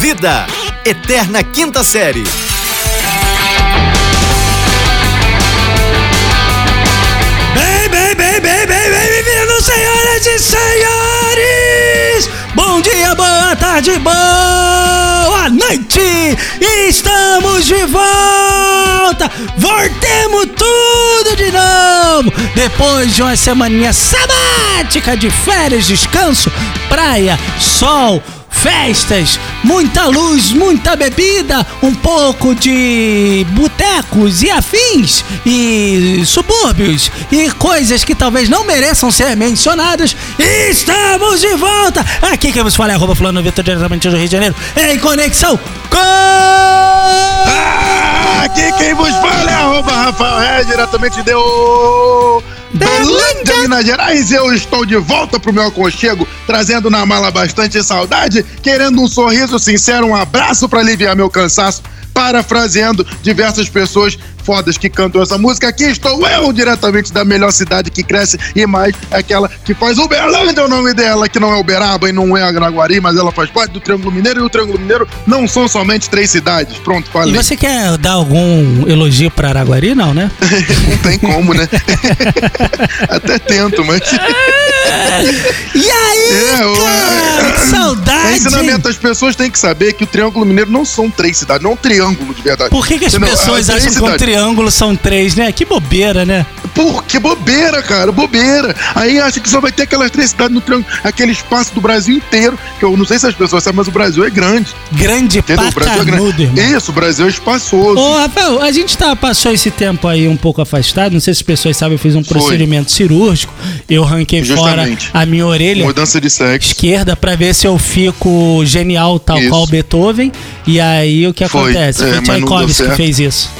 Vida, Eterna Quinta Série. Bem, bem, bem, bem, bem, bem, bem-vindos, senhoras e senhores! Bom dia, boa tarde, boa noite! Estamos de volta! Voltemos tudo de novo! Depois de uma semaninha sabática de férias, descanso, praia, sol, festas, muita luz, muita bebida, um pouco de botecos e afins, e subúrbios, e coisas que talvez não mereçam ser mencionadas. Estamos de volta! Aqui que vos fala é arroba fulano Vitor diretamente do Rio de Janeiro, em conexão com... Aqui quem vos fala é arroba Rafael Ré, diretamente de O- Belândia, Minas Gerais. Eu estou de volta pro meu aconchego, trazendo na mala bastante saudade, querendo um sorriso sincero, um abraço para aliviar meu cansaço, parafraseando diversas pessoas fodas que cantam essa música. Aqui estou eu, diretamente da melhor cidade que cresce e mais é aquela que faz Uberlândia, é o nome dela, que não é Uberaba e não é Araguari, mas ela faz parte do Triângulo Mineiro e o Triângulo Mineiro não são somente três cidades. Pronto, E falei. você quer dar algum elogio pra Araguari? Não, né? Não tem como, né? Até tento, mas. E aí, É, o- cara? Que É saudade! ensinamento. As pessoas têm que saber que o Triângulo Mineiro não são três cidades, não é um triângulo de verdade. Por que, que as Entendeu? pessoas É três acham que um cidades. triângulo são três, né? Que bobeira, né? Por que bobeira, cara, bobeira. Aí acha que só vai ter aquelas três cidades no triângulo, aquele espaço do Brasil inteiro, que eu não sei se as pessoas sabem, mas o Brasil é grande. Grande Entendeu? O Brasil é pacanudo, irmão. grande. Isso, o Brasil é espaçoso. Ô, Rafael, a gente tá, passou esse tempo aí um pouco afastado. Não sei se as pessoas sabem, eu fiz um Foi. procedimento cirúrgico. Eu ranquei Justamente. fora a minha orelha Mudança de sexo. esquerda pra ver se eu fico genial, tal Isso. qual Beethoven. E aí o que Foi. acontece? É, Foi mas não deu Tchaikovsky que certo. fez isso.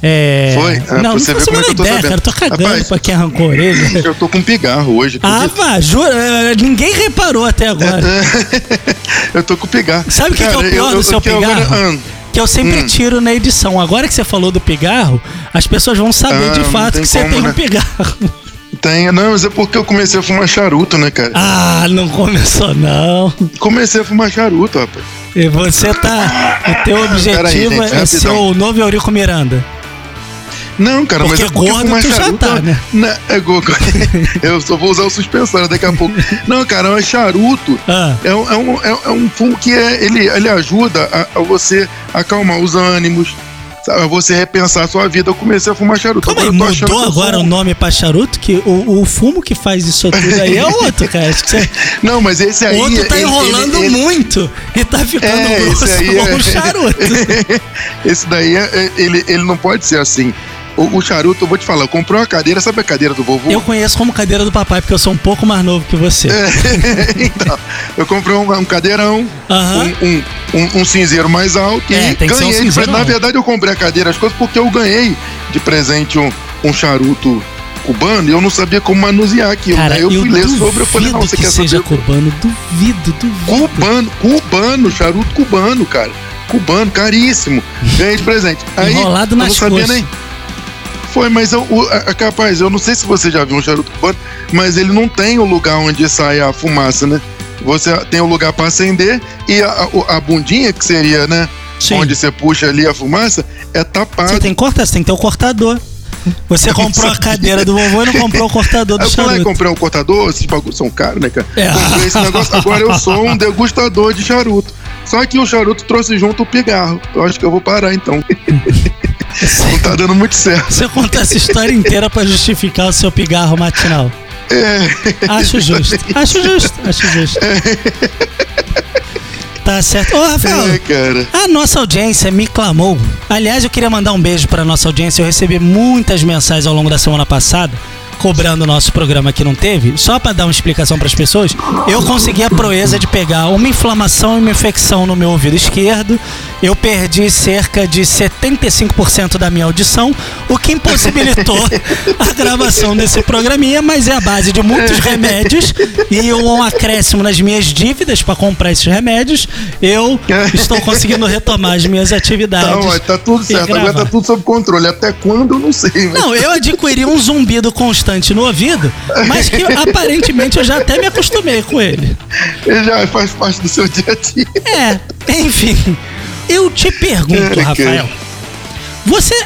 É... Foi? É, pra não, não você ver faço a como é menor que eu tô ideia, sabendo. cara. Eu tô cagando Rapaz. pra quem arrancou a orelha. Eu tô com pigarro hoje. Ah, acredita? vá, jura? É, Ninguém reparou até É, agora. eu tô com pigarro. Sabe o que, que é o Cara, pior eu- eu- do seu eu- eu- pigarro? ah, Que eu sempre Hum. tiro na edição. Agora que você falou do pigarro, as pessoas vão saber Ah, de não fato tem que você como, tem um né? pigarro. Tem, não, mas é porque eu comecei a fumar charuto, né, cara? Ah, não começou não. Comecei a fumar charuto, rapaz. E você tá. O teu Pera aí, objetivo gente, é rapidão. ser o novo Eurico Miranda. Não, cara, Porque mas é porque gordo fumar tu já charuto. tá, né? né, é gordo. eu só vou usar o suspensório daqui a pouco. Não, cara, mas charuto Ah. é um, é um, é é um fumo que é, ele, ele ajuda a, a você acalmar os ânimos, sabe, a você repensar a sua vida. Eu comecei a fumar charuto. Calma aí, eu tô achando mudou que eu sou é? agora o um- nome pra charuto? Que o, o fumo que faz isso tudo aí é outro, cara. Acho que você- Não, mas esse o aí. outro tá ele- ele- enrolando ele- muito e tá ficando É, esse grosso aí igual é- um charuto. Esse daí, é- é- ele, ele não pode ser assim. O, o charuto, eu vou te falar, eu comprei uma cadeira, sabe a cadeira do vovô? Eu conheço como cadeira do papai, porque eu sou um pouco mais novo que você. É. então, eu comprei um, um cadeirão, Aham. um, um, um, um cinzeiro mais alto É, e tem que ser um ganhei. de cinzeiro presente. Na alto. verdade, eu comprei a cadeira, as coisas, porque eu ganhei de presente um, um charuto cubano e eu não sabia como manusear aquilo. Cara, Aí eu, eu fui ler duvido sobre, eu falei, não, você que quer seja saber? cubano. Duvido, duvido. Cubano, cubano, charuto cubano, cara. Cubano, caríssimo. Ganhei de presente. Aí, Enrolado nas eu não sabia coxas. nem. Foi, mas eu, o, a- capaz, eu não sei se você já viu um charuto cubano, mas ele não tem o lugar onde sai a fumaça, né? Você tem o lugar para acender e a, a- o- a bundinha, que seria, né? Sim. Onde você puxa ali a fumaça, é tapada. Você tem que cortar, você tem que ter o cortador. Você comprou a sabia. cadeira do vovô e não comprou o cortador Aí do eu fui lá e charuto. comprei um cortador, esses bagulhos são caros, né, cara? É. Comprei esse negócio, agora eu sou um degustador de charuto. Só que o charuto trouxe junto o pigarro. Eu acho que eu vou parar então. Não tá dando muito certo. Você conta essa história inteira pra justificar o seu pigarro matinal. É. Acho justo. Acho justo, acho justo. Tá certo. Ô, Rafael, É, cara. A nossa audiência me clamou. Aliás, eu queria mandar um beijo para nossa audiência. Eu recebi muitas mensagens ao longo da semana passada cobrando o nosso programa que não teve. Só para dar uma explicação para as pessoas, eu consegui a proeza de pegar uma inflamação e uma infecção no meu ouvido esquerdo eu perdi cerca de 75% da minha audição, o que impossibilitou a gravação desse programinha, mas é a base de muitos remédios e um acréscimo nas minhas dívidas para comprar esses remédios. Eu estou conseguindo retomar as minhas atividades. Tá, ó, tá tudo e certo, agora gravar. tá tudo sob controle. Até quando eu não sei, mas. Não, eu adquiri um zumbido constante no ouvido, mas que aparentemente eu já até me acostumei com ele. Ele já faz parte do seu dia a dia. É, enfim. Eu te pergunto, Cara, Rafael. que- Você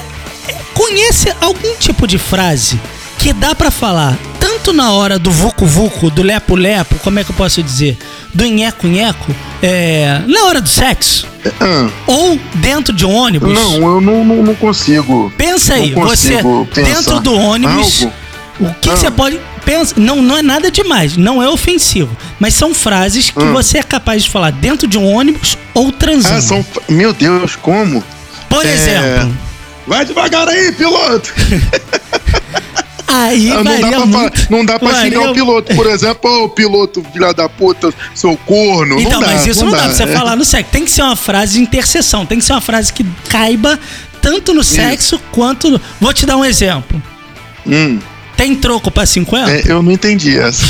conhece algum tipo de frase que dá pra falar tanto na hora do vucu vucu, do lepo lepo, como é que eu posso dizer, do nheco nheco, é, na hora do sexo Ah, ou dentro de um ônibus? Não, eu não, não, não consigo. Pensa aí, Não você consigo pensar dentro do ônibus, algo. o que, que Ah. você pode pensar? Não, não é nada demais, não é ofensivo, mas são frases que você é capaz de falar dentro de um ônibus ou transando. Hum. Ah, são. Meu Deus, como? Por É. exemplo, Vai devagar aí, piloto! aí Ah, Não dá, varia pra, falar- muito. não dá pra xingar varia- um o piloto, por exemplo, ô piloto, filha da puta, seu corno. Então, não dá, mas isso não dá, pra você É. falar no sexo. Tem que ser uma frase de interseção, tem que ser uma frase que caiba tanto no sexo quanto no... Vou te dar um exemplo. Hum, Tem troco pra 50? é, eu não entendi essa.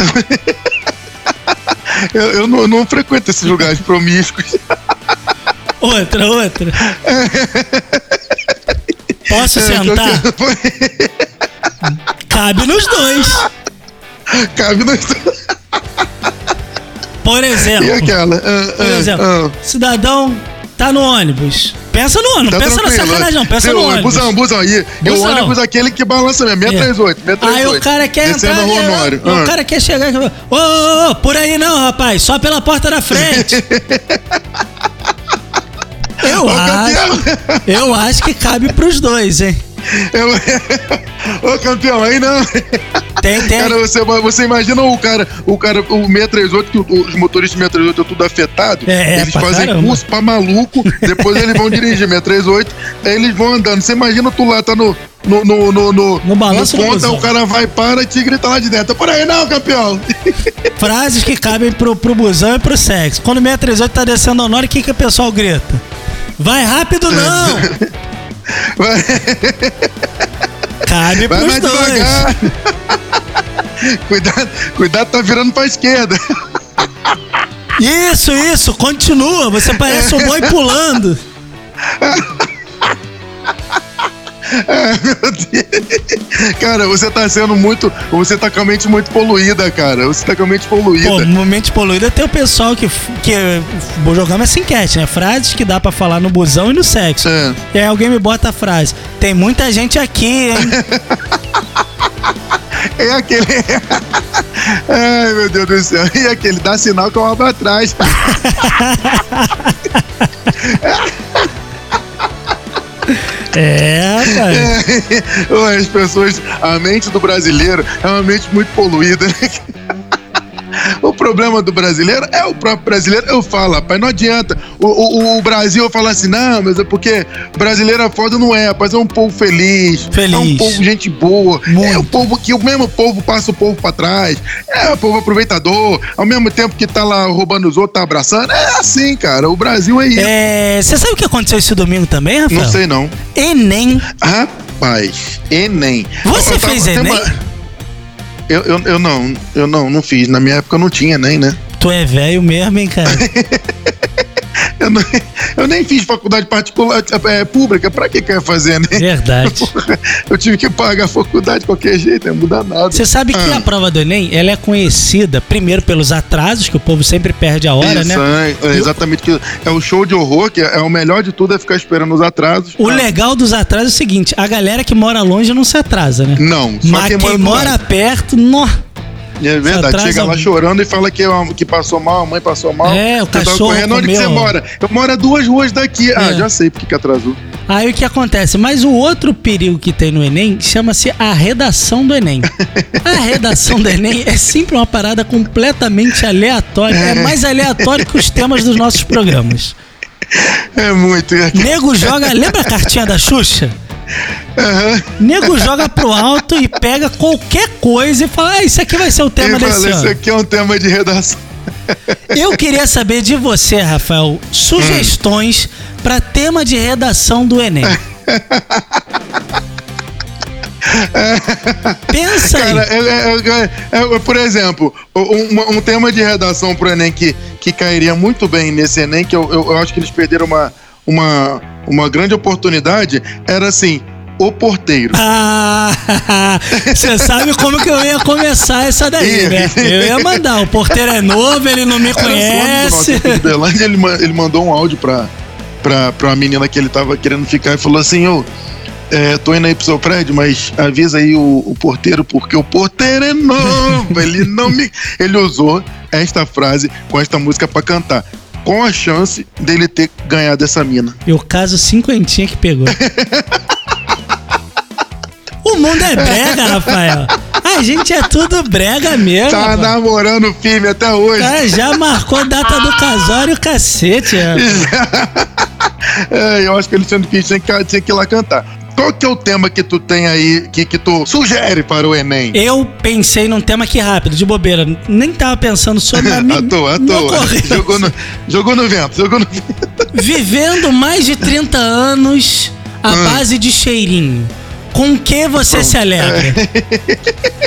eu eu não, eu não frequento esses lugares promíscuos. Outra, outra. É, Posso sentar? Cabe nos dois. Cabe Tá no... Por exemplo, E aquela? Ah, por ah, exemplo, ah. cidadão tá no ônibus. Pensa no ônibus, Tá pensa na tranquilo. sacanagem, não, pensa Tem no o- ônibus. Busão, busão aí. É o Busão. ônibus aquele que balança mesmo, 638, 638. Aí o É. cara quer Descendo entrar. o né? Honório. O Ah. cara quer chegar e fala, ô, ô, ô, por aí não, rapaz, só pela porta da frente. eu acho. Eu acho que cabe pros dois, hein? Eu- Ô campeão, aí não. Tem, tem. Cara, você, você imagina o cara, o cara, o 638, que o- os motoristas do 638 estão tudo afetado. É, é, eles pra fazem caramba. curso pra maluco, depois eles vão dirigir 638, aí eles vão andando. Você imagina tu lá, tá no. No, no, no, no, No balanço do ponta, busão. o cara vai, para e te grita lá de dentro. Por aí não, campeão! Frases que cabem pro, pro busão e pro sexo. Quando o 638 tá descendo ao norte, o que, que o pessoal grita? Vai rápido, não! Vai- Cabe Vai pros mais dois. devagar. cuidado, cuidado, tá virando pra esquerda. Isso, isso, continua. Você parece um boi pulando. Meu Deus. Cara, você tá sendo muito. Você tá com a mente muito poluída, cara. Você tá com a mente Pô, poluída. momento poluído tem o pessoal que. que é, bom, jogamos essa enquete, né? Frases que dá pra falar no busão e no sexo. É. E aí alguém me bota a frase. Tem muita gente aqui, hein? É aquele. Ai, meu Deus do céu. E aquele dá sinal que eu abro atrás. é, rapaz. Ué, As pessoas. A mente do brasileiro é uma mente muito poluída, né? O problema do brasileiro é o próprio brasileiro. Eu falo, rapaz, não adianta. O, o- o Brasil fala assim, não, mas é porque brasileiro é foda, não é, rapaz. É um povo feliz. Feliz. É um povo gente boa. Muito. É o povo que o mesmo povo passa o povo pra trás. É o povo aproveitador. Ao mesmo tempo que tá lá roubando os outros, tá abraçando. É assim, cara. O Brasil é isso. É, então. Você sabe o que aconteceu esse domingo também, Rafael? Não sei, não. Enem. Rapaz, Enem. Você Eu- eu tava- fez tem Enem? Eu, eu, eu não, eu não, não fiz. Na minha época eu não tinha Enem, né? Tu é velho mesmo, hein, cara? Eu, não- eu nem fiz faculdade particular, é, pública. Pra que que eu ia fazer Enem? Verdade. Eu tive que pagar a faculdade de qualquer jeito, não ia mudar nada. Você sabe que Ah. a prova do Enem, ela é conhecida, primeiro, pelos atrasos, que o povo sempre perde a hora, Isso, né? é, é exatamente. que É o show de horror, que é, é o melhor de tudo, é ficar esperando os atrasos. O Ah, legal dos atrasos é o seguinte, a galera que mora longe não se atrasa, né? Não, só Mas quem mora, do lado. perto, nó. É verdade, atrasa chega lá muito. chorando e fala que, é que passou mal, a mãe passou mal. É, o Eu tava cachorro correndo, onde que você comeu. mora? Eu moro a duas ruas daqui. Ah, É. já sei porque que atrasou. Aí o que acontece? Mas o outro perigo que tem no Enem chama-se a redação do Enem. A redação do Enem é sempre uma parada completamente aleatória. É mais aleatório que os temas dos nossos programas. É muito. Nego joga. Lembra a cartinha da Xuxa? Nego joga pro alto e pega qualquer coisa e fala: ah, isso aqui vai ser o tema Quem desse fala, isso ano. aqui é um tema de redação. Eu queria saber de você, Rafael, sugestões pra tema de redação do Enem. Pensa aí. Cara, é, é- é- é- é- por exemplo, um, um tema de redação pro Enem que, que cairia muito bem nesse Enem, que eu, eu- eu acho que eles perderam uma, uma, uma grande oportunidade, era assim, o porteiro. Ah, você sabe como que eu ia começar essa daí, Ih. né? Eu ia mandar. O porteiro é novo, ele não me Era zoando do nosso conhece. aqui de Uberlândia, ele, ma- ele mandou um áudio pra, pra, pra menina que ele tava querendo ficar e falou assim, ô, é, tô indo aí pro seu prédio, mas avisa aí o, o porteiro, porque o porteiro é novo, ele não me... Ele usou esta frase com esta música pra cantar, com a chance dele ter ganhado essa mina. E o caso cinquentinha que pegou. O mundo é brega, Rafael. A gente é tudo brega mesmo. Tá rapaz. Tá. namorando firme até hoje. Cara, É, já marcou a data do casório, cacete. rapaz. É, eu acho que o Alexandre Pires tinha que, tinha que ir lá cantar. Qual que é o tema que tu tem aí, que, que tu sugere para o Enem? Eu pensei num tema aqui rápido, de bobeira. Nem tava pensando sobre a à toa, à toa. Jogou no, jogou no vento, jogou no vento. Vivendo mais de 30 anos à Hum. base de cheirinho. Com que você se alegra?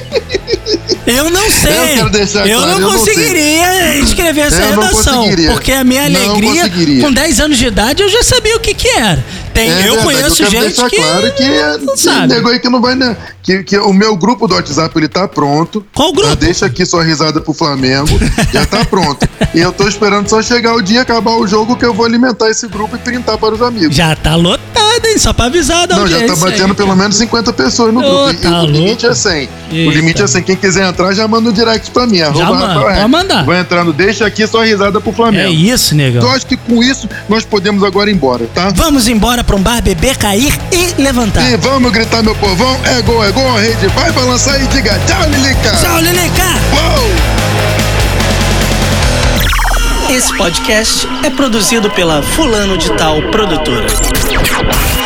Eu não sei. Eu quero deixar Eu claro, não eu não sei. conseguiria escrever essa Eu não redação. conseguiria. Porque a minha Não alegria, conseguiria. com 10 anos de idade, eu já sabia o que, que era. Tem, É eu verdade, conheço eu quero gente deixar que. claro que é- não esse sabe. nego aí que não vai né? que, que o meu grupo do WhatsApp ele tá pronto. Qual grupo? Já deixa aqui sua risada pro Flamengo, já tá pronto. E eu tô esperando só chegar o dia acabar o jogo que eu vou alimentar esse grupo e printar para os amigos. Já tá lotado, hein? Só pra avisar da Não, já tá audiência é aí. batendo pelo menos 50 pessoas no Ô, grupo. E tá o louco. limite é 100. Eita. O limite é 100. Quem quiser entrar, já manda um direct pra mim. arroba manda, Rafael Herr. pode mandar. Vai entrando, deixa aqui sua risada pro É Flamengo. isso, negão. Então, Eu acho que com isso nós podemos agora ir embora, tá? Vamos embora pra um bar, beber, cair e levantar. E vamos gritar, meu povão, é gol, é gol, a rede vai balançar e diga tchau, Lilica! Tchau, Leleca! Uou! Esse podcast é produzido pela Fulano de Tal Produtora.